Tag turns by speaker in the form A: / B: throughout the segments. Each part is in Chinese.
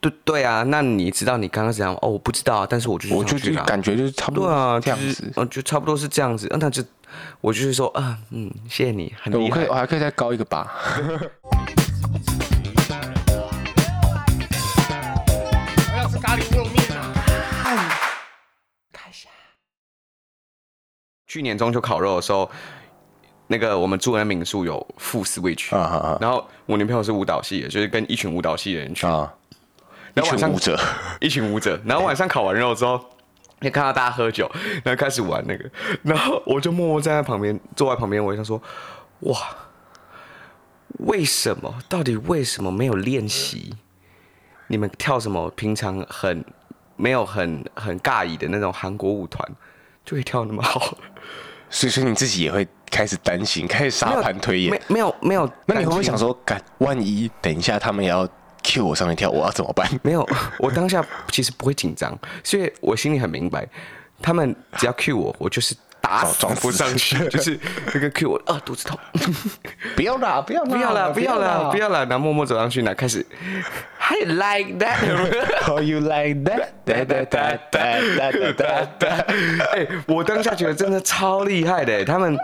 A: 对对啊，那你知道你刚刚怎样哦？我不知道啊，但是我就是
B: 我
A: 想
B: 就
A: 去
B: 是
A: 啦
B: 感觉就是差不
A: 对啊，
B: 多这
A: 就
B: 样
A: 是
B: 子。
A: 嗯，就差不多是这样子。嗯，那就我就是说啊，嗯，谢谢你，很
B: 对
A: 厉
B: 我可
A: 害
B: 以，我。还可以再高一个吧。
C: 要吃咖喱牛肉面啊！
A: 去年中秋烤肉的时候，那个我们住的那民宿有副 switch，、
B: 啊啊
A: 然后我女朋友是舞蹈系的，就是跟一群舞蹈系的人去，
B: 啊啊！一
A: 然后晚
B: 群
A: 上
B: 舞者，
A: 一群舞者，然后晚上烤完肉之后。就看到大家喝酒，然后开始玩那个，然后我就默默站在旁边，坐在旁边，我就想说，哇，为什么？到底为什么没有练习？你们跳什么？平常很没有很很尬意的那种韩国舞团，就可以跳那么好？
B: 所以所以你自己也会开始担心，开始沙盘推演
A: 没。没有没有，
B: 那你会不会
A: 担心
B: 想说，干，万一等一下他们也要 cue 我上面跳，我要怎么办？
A: 没有，我当下其实不会紧张，所以我心里很明白，他们只要 cue 我，我就是打死
B: 哦装装
A: 不
B: 死
A: 上去， 就是那个 cue 我啊，肚子痛，
B: 不要啦，不要 啦，
A: 不要啦，不要啦，不要啦，然后默默走上去，然后开始，I like that，
B: How you like that？哒哒哒哒哒哒哒哒。
A: 哎、我当下觉得真的超厉害的，他们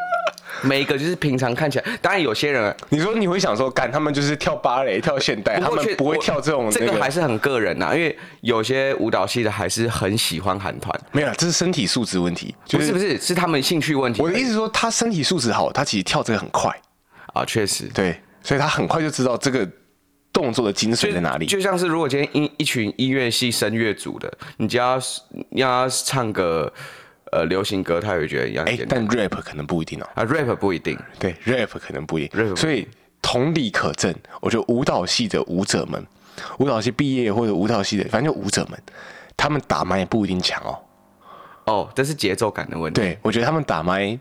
A: 每一个就是平常看起来，当然有些人
B: 你说你会想说，干他们就是跳芭蕾、跳现哎代，他
A: 过
B: 们
A: 却
B: 不会
A: 我
B: 跳这种
A: 这
B: 那
A: 个还是很个人呐、啊因为有些舞蹈系的还是很喜欢韩团，
B: 没有啦，这是身体素质问题。就
A: 不是不是，是他们兴趣问题
B: 我的意思是说，他身体素质好，他其实跳这个很快，
A: 啊，确实。
B: 对，所以他很快就知道这个动作的精髓在哪里。
A: 就像是如果今天一一群音乐系声乐组的，你只要是你要唱个呃流行歌，他也会觉得一样
B: 哎、
A: 简单、
B: 但 rap 可能不一定哦、
A: 啊。rap 不一定，
B: 对，rap 可能不一
A: rap 不一
B: 定。所以同理可证，我觉得舞蹈系的舞者们，舞蹈系毕业或者舞蹈系的，反正就舞者们，他们打麦也不一定强哦、
A: 哦，这是节奏感的问题。
B: 对，我觉得他们打麦
A: 一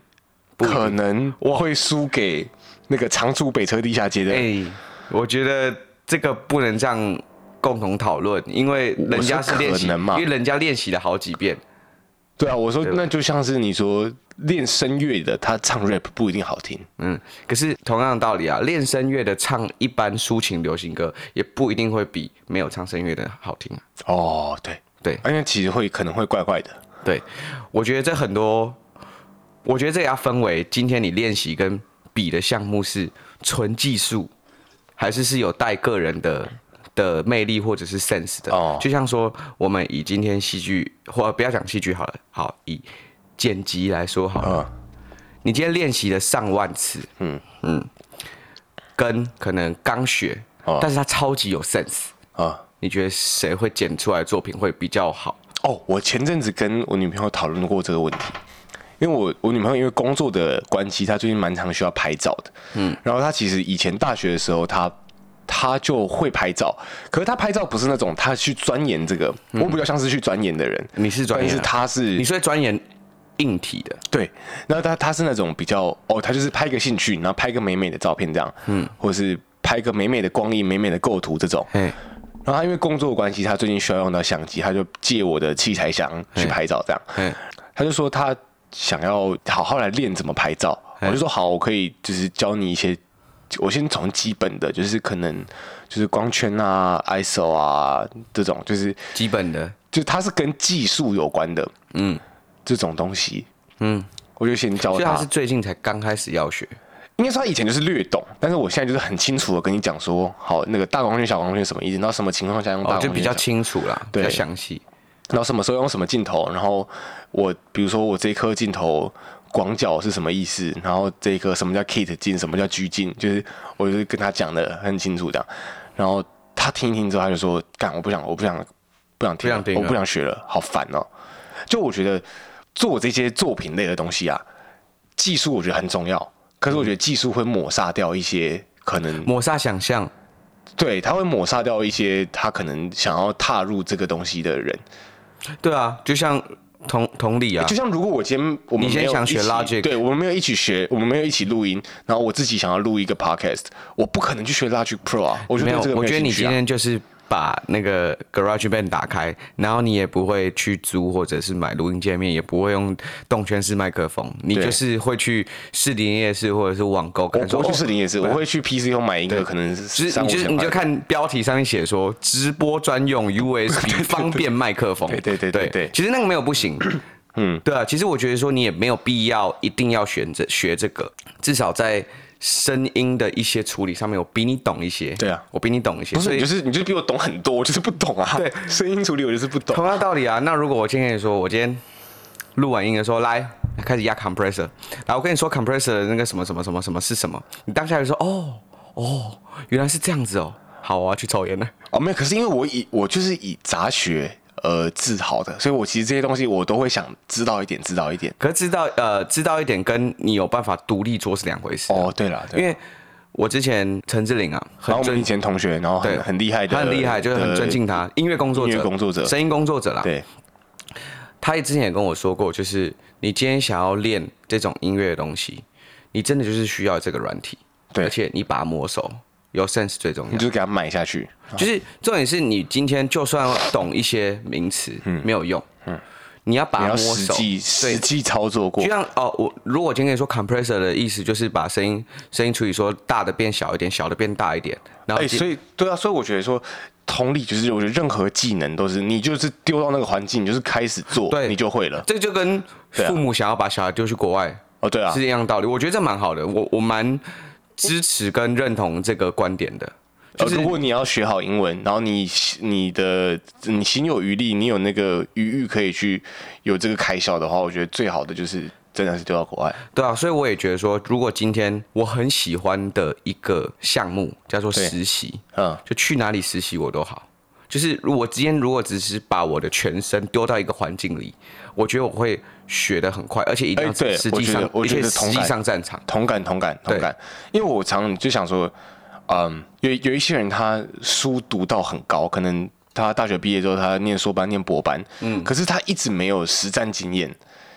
A: 定
B: 可能会输给那个常驻北车地下街的。
A: 哎、我觉得这个不能这样共同讨论，因为人家是练习，
B: 我说可能嘛
A: 因为人家练习了好几遍。
B: 对啊，我说
A: 吧
B: 那就像是你说练声乐的，他唱 rap 不一定好听。
A: 嗯，可是同样的道理啊，练声乐的唱一般抒情流行歌，也不一定会比没有唱声乐的好听啊。
B: 哦，对
A: 对
B: 啊因为其实会可能会怪怪的。
A: 对，我觉得这很多，我觉得这也要分为今天你练习跟比的项目是纯技术，还是是有带个人的的魅力或者是 sense 的。
B: 哦
A: 就像说我们以今天戏剧或不要讲戏剧好了，好以剪辑来说好了，
B: 嗯
A: 你今天练习了上万次，嗯嗯，跟可能刚学，
B: 哦
A: 但是他超级有 sense，
B: 啊，
A: 你觉得谁会剪出来的作品会比较好？
B: 哦，我前阵子跟我女朋友讨论过这个问题，因为我我女朋友因为工作的关系，她最近蛮常需要拍照的。嗯，然后她其实以前大学的时候，她她就会拍照，可是她拍照不是那种她去钻研这个，我比较像是去嗯钻研的人。
A: 你是专业啊
B: 但是她是
A: 你是会钻研硬体的，
B: 对，那他他是那种比较哦，他就是拍个兴趣，然后拍个美美的照片这样，嗯，或是拍个美美的光影、美美的构图这种。
A: 哎，
B: 然后他因为工作的关系，他最近需要用到相机，他就借我的器材箱去拍照这样。
A: 哎，
B: 他就说他想要好好来练怎么拍照，我就说好，我可以就是教你一些，我先从基本的，就是可能就是光圈啊、ISO 啊这种，就是
A: 基本的，
B: 就它是跟技术有关的，嗯，这种东西，
A: 嗯，
B: 我就先教
A: 所以
B: 他
A: 他是最近才刚开始要学，
B: 应该说他以前就是略懂，但是我现在就是很清楚的跟你讲说，好，那个大光圈、小光圈什么意思，然后什么情况下用
A: 哦，
B: 大光
A: 就
B: 圈、
A: 比较
B: 小
A: 清楚啦，比
B: 对
A: 较详细。
B: 然后什么时候用什么镜头，然后我比如说我这一颗镜头广角是什么意思，然后这一颗什么叫 kit 镜，什么叫狙镜，就是我就是跟他讲的很清楚这样，然后他听一听之后他就说，干，我不想，我不想，不想听了，
A: 不想听了
B: 我不想学了，好烦哦。就我觉得做这些作品类的东西啊，技术我觉得很重要，可是我觉得技术会抹杀掉一些可能
A: 抹杀想象，
B: 对，他会抹杀掉一些他可能想要踏入这个东西的人。
A: 对啊，就像同同理啊
B: 哎就，像如果我今天我们
A: 你先
B: 没有
A: 想学
B: 一起
A: Logic
B: 对我们没有一起学，我们没有一起录音，然后我自己想要录一个 podcast，我不可能去学 Logic Pro 啊，我就
A: 哎没
B: 对
A: 有
B: 这个，
A: 我
B: 有
A: 觉得
B: 兴
A: 你
B: 趣
A: 今
B: 啊。
A: 天就是把那个 Garage Band 打开，然后你也不会去租或者是买录音界面，也不会用动圈式麦克风，你
B: 对
A: 就是会去士林夜市或者是网购
B: 我
A: 看说。
B: 我去
A: 哦
B: 士林也是，我会去 PC 后买一个，可能
A: 就是是
B: 三
A: 你
B: 五
A: 就是
B: 千
A: 你
B: 块
A: 就
B: 的。
A: 看标题上面写说直播专用 USB 方便麦克风，
B: 对对对对对
A: 其实那个没有不行，嗯，对啊，其实我觉得说你也没有必要一定要选择学这个，至少在声音的一些处理上面，我比你懂一些，
B: 对啊
A: 我比你懂一些，
B: 不
A: 所
B: 是，
A: 以
B: 你就是你就是比我懂很多，我就是不懂啊。
A: 对
B: 声音处理我就是不懂。
A: 同样道理啊。那如果我今天跟你说，我今天录完音的时候，来开始压 compressor，来我跟你说 compressor 的那个什么什么什么什么是什么，你当下就说哦哦，原来是这样子哦，好，我要去抽烟了。
B: 哦，没有，可是因为我以我就是以杂学而自豪的，所以我其实这些东西我都会想知道一点，知道一点。
A: 可是知道呃知道一点，跟你有办法独立做是两回事啊、
B: 哦，对了，对
A: 因为我之前陈志玲啊，
B: 然
A: 很
B: 后我们以
A: 尊
B: 前同学，然后
A: 对
B: 很很厉害的，
A: 他很厉害，就是很
B: 的
A: 尊敬。啊他，音乐工作者，
B: 音乐工作者
A: 声音工作者啦。
B: 对，
A: 他之前也跟我说过，就是你今天想要练这种音乐的东西，你真的就是需要这个软体，
B: 对
A: 而且你把它摸熟，有 sense 最重要
B: 你就。是给他买下去。
A: 就是重点是你今天就算懂一些名词，没有用，你要把
B: 嗯你
A: 它
B: 要
A: 啊摸
B: 实
A: 熟，
B: 际
A: 对
B: 实际操作过
A: 就，像哦，我如果我今天跟你说 compressor 的意思就是把声音声音处理说大的变小一点，小的变大一点，然后
B: 哎、
A: 进、
B: 所以对啊，所以我觉得说，同理就是，我觉得任何技能都是，你就是丢到那个环境，你就是开始做，
A: 对
B: 你就会了。
A: 这就跟
B: 对啊
A: 父母想要把小孩丢去国外、
B: 哦，对啊
A: 是，一样的道理。我觉得这蛮好的，我我蛮支持跟认同这个观点的。
B: 呃
A: 就是
B: 如果你要学好英文，然后你你的你心有余力，你有那个余裕可以去有这个开销的话，我觉得最好的就是真的是丢到国外。
A: 对啊，所以我也觉得说，如果今天我很喜欢的一个项目叫做
B: 对
A: 实习，
B: 嗯，
A: 就去哪里实习我都好。就是如果今天如果只是把我的全身丢到一个环境里，我觉得我会学得很快，而且一定要
B: 哎对
A: 实
B: 我
A: 际
B: 觉
A: 上
B: 得，我
A: 而
B: 觉
A: 且
B: 得
A: 实
B: 同
A: 际
B: 感
A: 上战场。
B: 同感同感
A: 对
B: 同感，因为我常就想说，嗯，有有一些人他书读到很高，可能他大学毕业之后他念硕班念博班，嗯，可是他一直没有实战经验，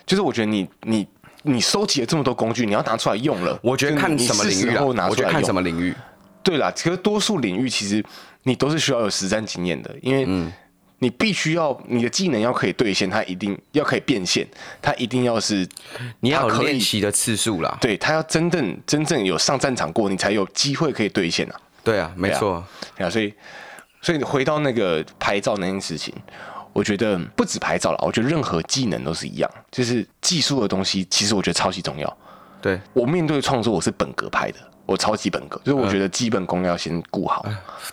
B: 就是我觉得你你你收集了这么多工具，你要拿出来用了，
A: 我觉得
B: 就
A: 看
B: 你
A: 什么领
B: 你是
A: 域
B: 时
A: 啊，
B: 候拿
A: 我
B: 出
A: 觉
B: 来
A: 得看
B: 用
A: 什么领域。
B: 对啦，其实多数领域其实你都是需要有实战经验的，因为
A: 嗯
B: 你必须要你的技能要可以兑现，它一定要可以变现，它一定要是
A: 你要
B: 它
A: 有
B: 可以
A: 练习的次数啦。
B: 对他要真正真正有上战场过，你才有机会可以兑现啊。
A: 对啊，没
B: 对啊
A: 错。
B: 对啊，所以所以回到那个拍照那件事情，我觉得不止拍照了，我觉得任何技能都是一样，就是技术的东西，其实我觉得超级重要。
A: 对，
B: 我面对创作，我是本格派的，我超级本格，就
A: 嗯
B: 是我觉得基本功要先顾好，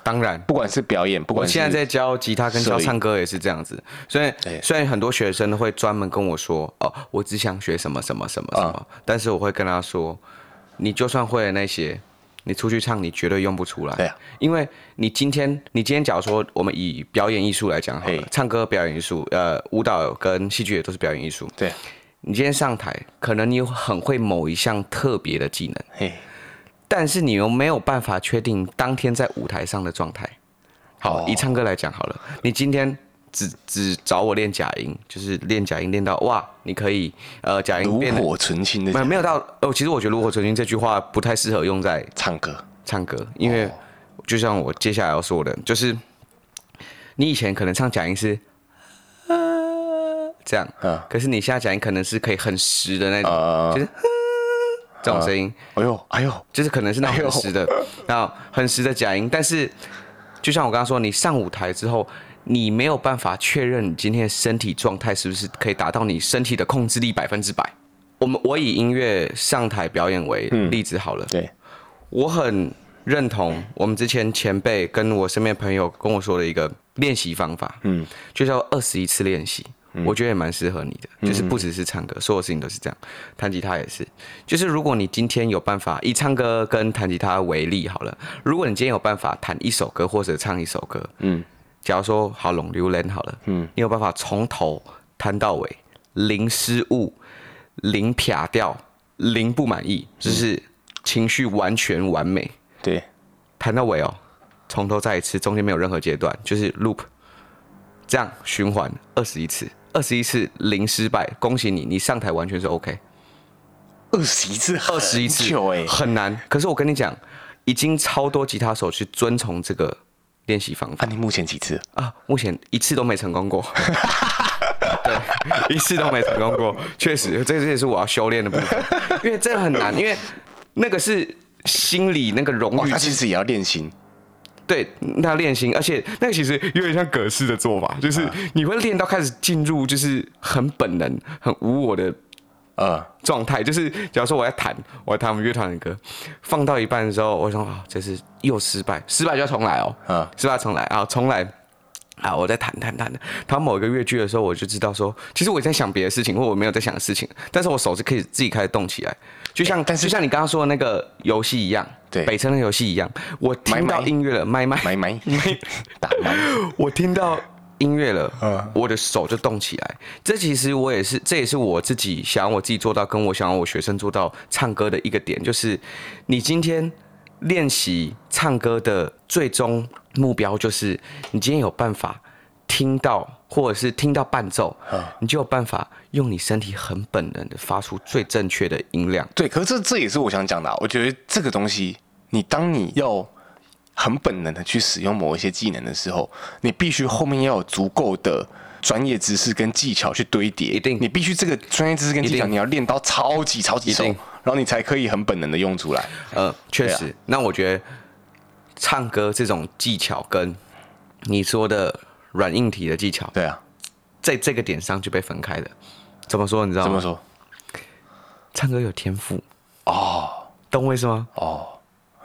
A: 当然，
B: 不管是表演，不
A: 嗯我
B: 管是
A: 现在在教吉他跟教
B: 摄影哎
A: 唱歌也是这样子。所以
B: 对
A: 虽然很多学生会专门跟我说：“哦，我只想学什么什么什么什
B: 啊
A: 么。但是我会跟他说：“你就算会了那些，你出去唱你绝对用不出来。
B: 对啊
A: 因为你今天你今天假如说我们以表演艺术来讲好了
B: 嘿，
A: 唱歌表演艺术，呃，舞蹈跟戏剧也都是表演艺术。
B: 对，
A: 你今天上台，可能你很会某一项特别的技能。”
B: 嘿，
A: 但是你又没有办法确定当天在舞台上的状态。好，
B: 哦
A: 以唱歌来讲好了，你今天只只找我练假音，就是练假音练到哇，你可以呃假音
B: 炉
A: 变得
B: 火纯青
A: 没有
B: 的
A: 没有到哦，其实我觉得“炉火纯青”这句话不太适合用在
B: 唱歌，
A: 唱歌，因为
B: 哦
A: 就像我接下来要说的，就是你以前可能唱假音是。啊这样，
B: 嗯
A: 可是你现在假音可能是可以很实的那种，
B: 呃
A: 就，是、啊这种声音，
B: 哎呦，哎呦，
A: 就是可能是那种很实的，那种很实的假音。但是，就像我刚刚说，你上舞台之后，你没有办法确认你今天的身体状态是不是可以达到你身体的控制力百分之百。我们我以音乐上台表演为例子好了，
B: 对，
A: 我很认同我们之前前辈跟我身边朋友跟我说的一个练习方法，嗯，就叫二十一次练习，我觉得也蛮适合你的，就是不只是唱歌，所有事情都是这样，弹吉他也是，就是如果你今天有办法以唱歌跟弹吉他为例好了，如果你今天有办法弹一首歌或者唱一首歌，嗯，假如说好《龙榴莲》好了，嗯，你有办法从头弹到尾，零失误，零撇掉，零不满意，就是情绪完全完美，
B: 对，
A: 弹到尾哦，从头再一次，中间没有任何阶段，就是 loop，这样循环二十一次，二十一次零失败，恭喜你，你上台完全是 OK，
B: 二十一次，
A: 二十一次
B: 久哎，
A: 很难。可是我跟你讲，已经超多吉他手去遵从这个练习方法
B: 啊，你目前几次？
A: 啊，目前一次都没成功过。 对，一次都没成功过，确实，这这也是我要修炼的部分，因为这很难，因为那个是心理那个荣
B: 哦，
A: 誉
B: 他
A: 之
B: 其实也要练心，
A: 对，那练心，而且那个其实有点像葛氏的做法，就是
B: 啊
A: 你会练到开始进入就是很本能、很无我的
B: 呃，
A: 状态。就是假如说我在弹，我在弹我们乐团的歌，放到一半的时候，我想啊，这次又失败，失败就要重来哦，
B: 啊
A: 失败重来啊，重来。啊，我在弹弹弹的，弹某一个乐句的时候，我就知道说，其实我在想别的事情，或我没有在想的事情，但是我手是可以自己开始动起来，就像，
B: 哎但是
A: 就像你刚刚说的那个游戏一样，
B: 对
A: 北村的游戏一样，我听
B: 买
A: 到
B: 买
A: 音乐了，麦 麦
B: 买买打买，
A: 我听到音乐了，
B: 啊
A: 我的手就动起来。这其实我也是，这也是我自己想要我自己做到，跟我想要我学生做到唱歌的一个点，就是你今天练习唱歌的最终目标，就是你今天有办法听到。或者是听到伴奏，
B: 啊
A: 你就有办法用你身体很本能的发出最正确的音量。
B: 对，可是这这也是我想讲的啊、我觉得这个东西，你当你要很本能的去使用某一些技能的时候，你必须后面要有足够的专业知识跟技巧去堆叠。
A: 一定
B: 你必须这个专业知识跟技巧，
A: 一定
B: 你要练到超级超级熟，
A: 一
B: 然
A: 定
B: 后你才可以很本能的用出来。
A: 呃，确
B: 对啊
A: 实。那我觉得唱歌这种技巧跟你说的软硬体的技巧，
B: 对啊，
A: 在这个点上就被分开了。怎么说？你知道
B: 这
A: 吗？
B: 么说
A: 唱歌有天赋，
B: 哦
A: 懂我意思吗？
B: 哦，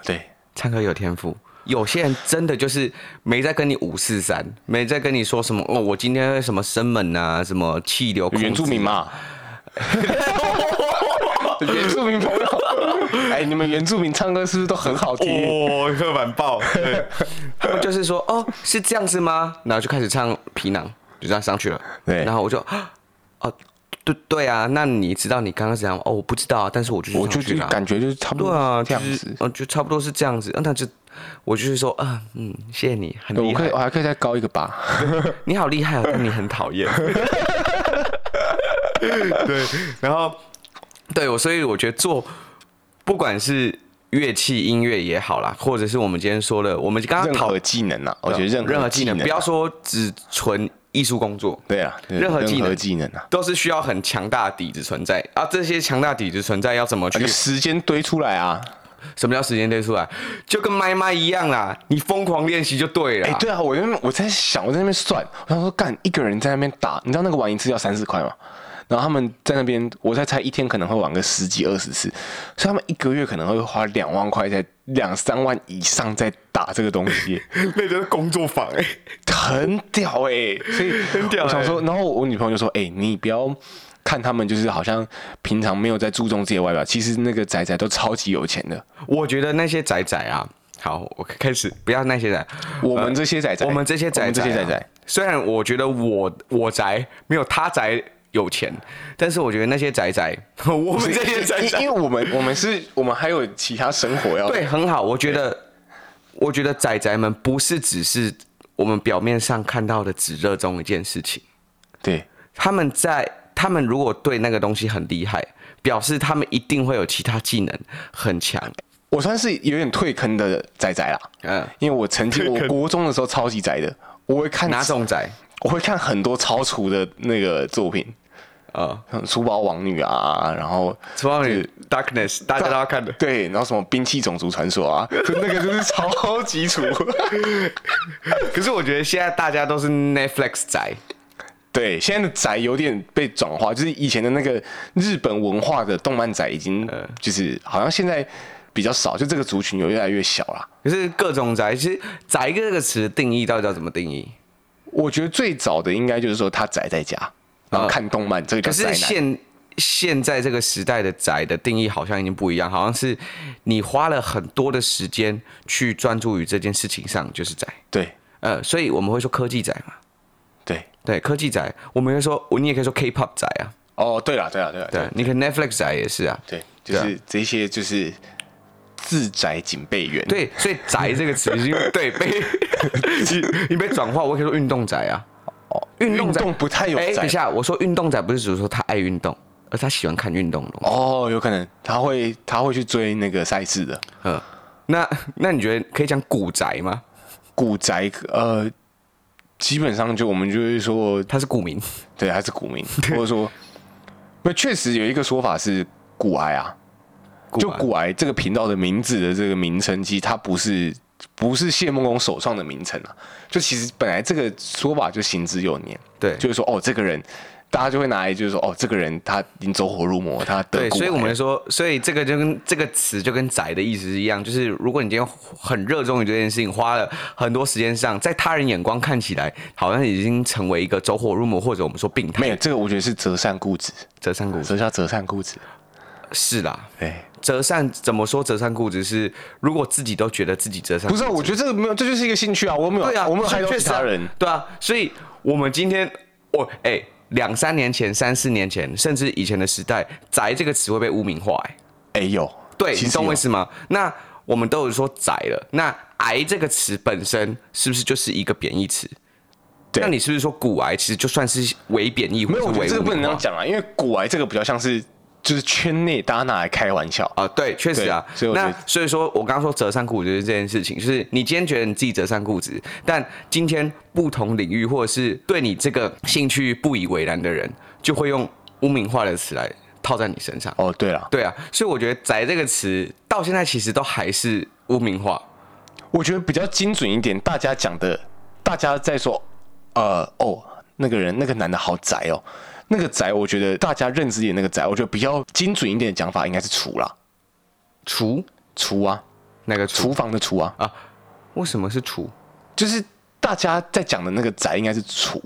B: 对，
A: 唱歌有天赋。有些人真的就是没在跟你五四三，没在跟你说什么哦，我今天什么生猛啊，什么气流控制啊
B: 原住 民，嘛。原住民朋友，哎，你们原住民唱歌是不是都很好听？
A: 哦，刻板 报，对，他们就是说哦，是这样子吗？然后就开始唱皮囊，就这样上去了。
B: 对
A: 然后我就啊哦，对对啊，那你知道你刚刚是怎样吗哦？我不知道啊，但是我就是
B: 我
A: 上
B: 就
A: 去
B: 就
A: 了啊
B: 感觉就是差不
A: 对
B: 多
A: 啊，
B: 嗯这样
A: 就是
B: 子。
A: 嗯，就差不多是这样子。啊那就我就是说，啊，嗯，谢谢你，很
B: 对，
A: 厉
B: 我可
A: 害
B: 以，我，还可以再高一个吧。
A: 你好厉害哦，但你很讨 厌。对，然后对我，所以我觉得做不管是乐器音乐也好啦，或者是我们今天说的，我们刚刚
B: 任
A: 讨
B: 何技能啊，我觉得任
A: 任何
B: 技
A: 技
B: 能
A: 能，
B: 啊，
A: 不要说只纯艺术工作，
B: 对啊，对
A: 任何技
B: 技
A: 能
B: 能啊，
A: 都是需要很强大的底子存在啊。这些强大底子存在要怎么
B: 啊
A: 去
B: 就时间堆出来啊。
A: 什么叫时间堆出来？就跟麦麦一样啦，你疯狂练习就对了
B: 哎
A: 啦。，
B: 对啊，我在那边我在想，我在那边算，我想说干一个人在那边打，你知道那个玩一次要三四块吗？然后他们在那边，我在猜一天可能会玩个十几二十次，所以他们一个月可能会花两万块在两三万以上在打这个东西，
A: 那就是工作坊哎、
B: 很屌哎、所以
A: 很屌欸
B: 我想说，然后我女朋友就说：“哎、你不要看他们，就是好像平常没有在注重自己的外表，其实那个仔仔都超级有钱 的。
A: 我觉得那些仔仔啊，好，我开始不要那些仔，呃
B: 我们这些仔仔，
A: 我们这些
B: 我
A: 仔
B: 们
A: 仔、啊
B: 这些仔仔，，
A: 虽然我觉得我我宅没有他宅有钱，但是我觉得那些仔仔， 我们这些仔
B: 因
A: 仔
B: 因为我们我们是，我们还有其他生活要
A: 对很好，我觉得我觉得仔仔们不是只是我们表面上看到的只热衷一件事情。
B: 对
A: 他们在他们如果对那个东西很厉害，表示他们一定会有其他技能很强。
B: 我算是有点退坑的仔仔啦，
A: 嗯，
B: 因为我曾经我国中的时候超级宅的，我会看
A: 哪？种仔？
B: 我会看很多超厨的那个作品，
A: 呃，
B: 像《珠宝王女》啊，然后
A: 厨房女 Darkness，大啊家都要看的。
B: 对，然后什么兵器种族传说啊， 就那个就是超级厨，
A: 可是我觉得现在大家都是 Netflix 仔，
B: 对，现在的宅有点被转化，就是以前的那个日本文化的动漫宅已经
A: 嗯
B: 就是好像现在比较少，就这个族群有越来越小啦。
A: 可是各种宅。其实“宅”这个词的定义到底要怎么定义？
B: 我觉得最早的应该就是说他宅在家，然后看动漫，这
A: 嗯
B: 个
A: 可
B: 叫宅
A: 是
B: 男。
A: 现现在这个时代的宅的定义好像已经不一样，好像是你花了很多的时间去专注于这件事情上，就是宅。
B: 对
A: 呃，所以我们会说科技宅嘛。
B: 对，
A: 对，科技宅，我们也说，你也可以说 K-pop 宅啊，
B: 哦，对了对了对了
A: 对，你可以 Netflix 宅也是啊，
B: 对，就是这些就是自宅警备员。
A: 对，所以“宅”这个词是因 为对被你 你被转化，我可以说运动宅啊，
B: 哦，
A: 运动宅
B: 动不太有
A: 哎，等
B: 宅
A: 一。下，我说运动宅不是只是说他爱运动，而是他喜欢看运动的东西。
B: 哦，有可能他会
A: 哦
B: 他会去追那个赛事的。
A: 嗯，那那你觉得可以讲古宅吗？
B: 古宅呃，基本上就我们就会说，
A: 他是股民，
B: 对，它是 古名，或者说，那确实有一个说法是古癌啊，就
A: 癌
B: 古癌这个频道的名字的这个名称，其实它不是不是谢梦工首创的名称啊，就其实本来这个说法就行之有年，
A: 对
B: 就是说哦，这个人大家就会拿来就是说哦，这个人他已经走火入魔，他得
A: 对，
B: 古
A: 所以我
B: 癌
A: 们说，所以这个就跟这个词就跟宅的意思是一样，就是如果你今天很热衷于这件事情，花了很多时间上，在他人眼光看起来，好像已经成为一个走火入魔，或者我们说病态。
B: 没有这个，我觉得是择善固执，
A: 折扇固
B: 什
A: 执
B: 么叫择善固执？
A: 是啦，
B: 对。
A: 折扇怎么说？折扇固执是，如果自己都觉得自己折扇
B: 不是、啊，我觉得这个没有，这就是一个兴趣啊，我没有，
A: 对啊，
B: 我没有
A: 所以
B: 害到
A: 确
B: 其
A: 实啊
B: 他人。
A: 对啊，所以我们今天我哎。两三年前、三四年前，甚至以前的时代，“宅”这个词会被污名化、哎，
B: 哎、有，
A: 对，
B: 其
A: 你
B: 实
A: 懂我
B: 有
A: 意思吗？那我们都有说宅了，那癌这个词本身是不是就是一个贬义词？
B: 对
A: 那你是不是说骨癌其实就算是伪贬义？
B: 没有，我
A: 或
B: 觉
A: 是
B: 得
A: 伪
B: 这个不能
A: 污
B: 这
A: 名化
B: 样讲啊，因为古癌这个比较像是就是圈内大家拿来开玩笑。
A: 啊，对，确实啊。
B: 对所以我觉得
A: 那所以说我刚刚说折扇固执就是这件事情，就是你今天觉得你自己折扇固执，但今天不同领域或者是对你这个兴趣不以为然的人，就会用污名化的词来套在你身上。
B: 哦，对了，
A: 对啊，所以我觉得“宅”这个词到现在其实都还是污名化。
B: 我觉得比较精准一点，大家讲的，大家在说，呃，哦，那个人那个男的好宅哦，那个宅，我觉得大家认知里的那个宅，我觉得比较精准一点的讲法应该是厨啦，
A: 除
B: 厨啊，
A: 那个
B: 厨房的厨啊，
A: 为什么是厨？
B: 就是大家在讲的那个宅应该是厨，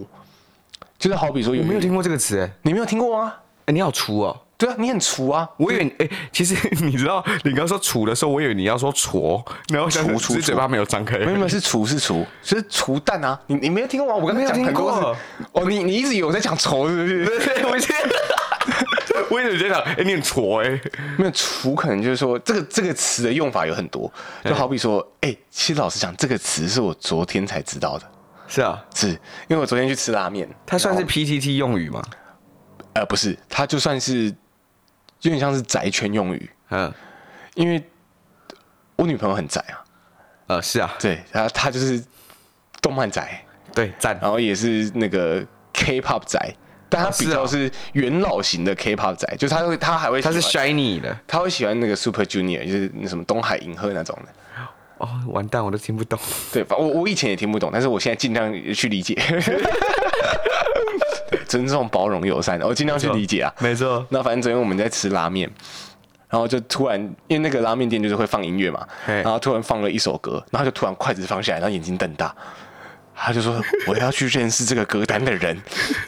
B: 就是好比说有
A: 我没有
B: 一个
A: 听过这个词、欸，哎、
B: 你没有听过吗？
A: 你好厨哦！
B: 对啊，你很厨啊，
A: 我以为你，哎、其实你知道，你刚说厨的时候，我以为你要说矬，然后想
B: 厨
A: 只
B: 厨
A: 是
B: 厨
A: 嘴巴没有张开而已。
B: 没有没有是厨是厨，就是厨蛋啊！你你没有听过吗？我刚才讲很多
A: 没有
B: 次
A: 听
B: 哦，你你一直以为我在讲仇是不是？
A: 对，我现在，我以为你在想，哎、你很矬哎、
B: 没有厨可能就是说这个这个词的用法有很多，就好比说，哎、其实老实讲，这个词是我昨天才知道的，
A: 是啊，
B: 是因为我昨天去吃拉面，
A: 它算是
B: 然后
A: PTT 用语吗？
B: 呃不是，它就算是有点像是宅圈用语，
A: 嗯，
B: 因为我女朋友很宅啊，
A: 呃，是啊，
B: 对，她她就是动漫宅，
A: 对，赞。
B: 然后也是那个 K-pop 宅，但他
A: 哦是
B: 比
A: 啊
B: 较是元老型的 K-pop 宅，就是他会他还会
A: 它是
B: 喜欢
A: shiny 的
B: 他会喜欢那个 Super Junior，就是那什么东海银鹤那种的。
A: 哦，完蛋，我都听不懂。
B: 对，反我我以前也听不懂，但是我现在尽量去理解， 对尊重、包容、友善，我尽量去理解啊。
A: 没错，
B: 那反正昨天我们在吃拉面，然后就突然因为那个拉面店就是会放音乐嘛，
A: 嘿
B: 然后突然放了一首歌，然后就突然筷子放下来，然后眼睛瞪大，他就说我要去认识这个歌单的人，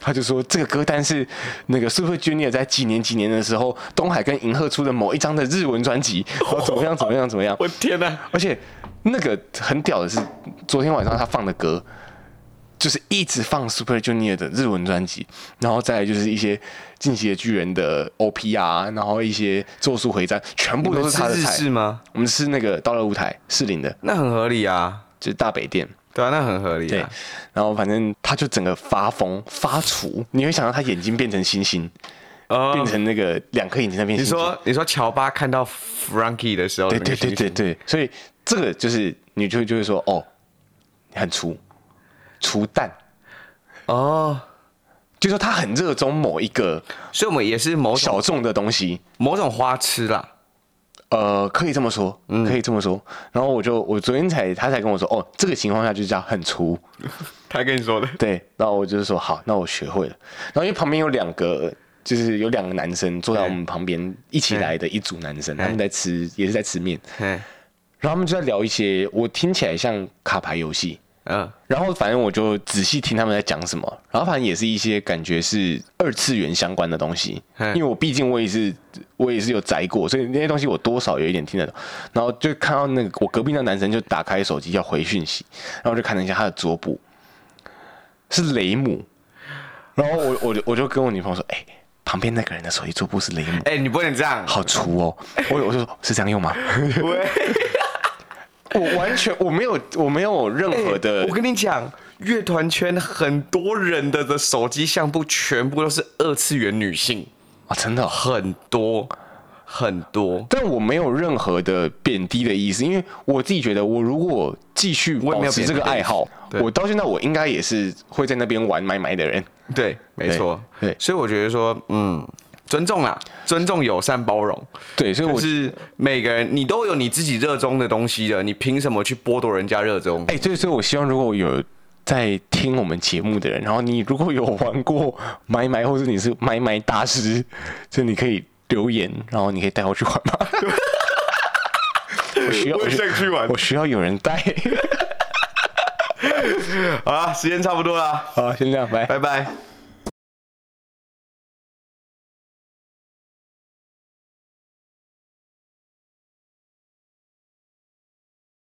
B: 他就说这个歌单是那个 Super Junior 在几年几年的时候，东海跟银赫出的某一张的日文专辑，然后怎么样怎么样怎么样，
A: 我天哪、
B: 而且那个很屌的是，昨天晚上他放的歌，就是一直放 Super Junior 的日文专辑，然后再来就是一些《进击的巨人》的 OP 啊，然后一些《咒术回战》，全部都是他的
A: 你们
B: 菜。
A: 吃日式吗？
B: 我们吃那个到了舞台士林的，
A: 那很合理啊，
B: 就是大北店。
A: 对啊，那很合理
B: 对
A: 啊。，
B: 然后反正他就整个发疯发怵，你会想到他眼睛变成星星，
A: 呃
B: 变成那个两颗眼睛在变
A: 你
B: 星星。
A: 说，你说乔巴看到 Frankie 的时候，
B: 对对对对，对，所以这个就是你就就会说哦，很粗粗蛋，
A: 哦，
B: 就说他很热衷某一个
A: 所以我们也是某种
B: 小众的东西，
A: 某种花痴啦。
B: 呃，可以这么说，
A: 嗯
B: 可以这么说。然后我就我昨天才他才跟我说哦，这个情况下就叫很粗，
A: 他跟你说的，
B: 对。然后我就是说好，那我学会了。然后因为旁边有两个。就是有两个男生坐在我们旁边一起来的一组男生，他们在吃也是在吃面，
A: 嗯
B: 然后他们就在聊一些我听起来像卡牌游戏，
A: 嗯，
B: 然后反正我就仔细听他们在讲什么，然后反正也是一些感觉是二次元相关的东西，
A: 嘿
B: 因为我毕竟我也是我也是有宅过，所以那些东西我多少有一点听得懂。然后就看到那个我隔壁那男生就打开手机要回讯息，然后我就看了一下他的桌布是雷姆，然后我我就我就跟我女朋友说，哎、旁边那个人的手机桌布是雷姆，
A: 哎、你不能这样，
B: 好粗哦，我我就说是这样用吗？
A: 喂，
B: 我完全我没有我没有任何的、
A: 哎我跟你讲，乐团圈很多人的的手机相簿全部都是二次元女性，
B: 哦，真的哦、
A: 很多很多，
B: 但我没有任何的贬低的意思，因为我自己觉得，我如果继续
A: 我也
B: 保
A: 没有
B: 持这个
A: 贬低的意
B: 爱
A: 思
B: 好，
A: 对
B: 我到现在我应该也是会在那边玩买买的人。
A: 对，没错，
B: 对对
A: 所以我觉得说，嗯，尊重啦，尊重、友善、包容，
B: 对，所以
A: 就
B: 我
A: 是每个人你都有你自己热衷的东西的，你凭什么去剥夺人家热衷？
B: 哎、对，所以我希望如果有在听我们节目的人，然后你如果有玩过买买，或者你是买买大师，就你可以留言，然后你可以带我去玩吗？ 我需要，
A: 我也想去玩
B: 我需要有人带。
A: 好啦，时间差不多啦，
B: 哎好，先这样，拜。
A: 拜拜。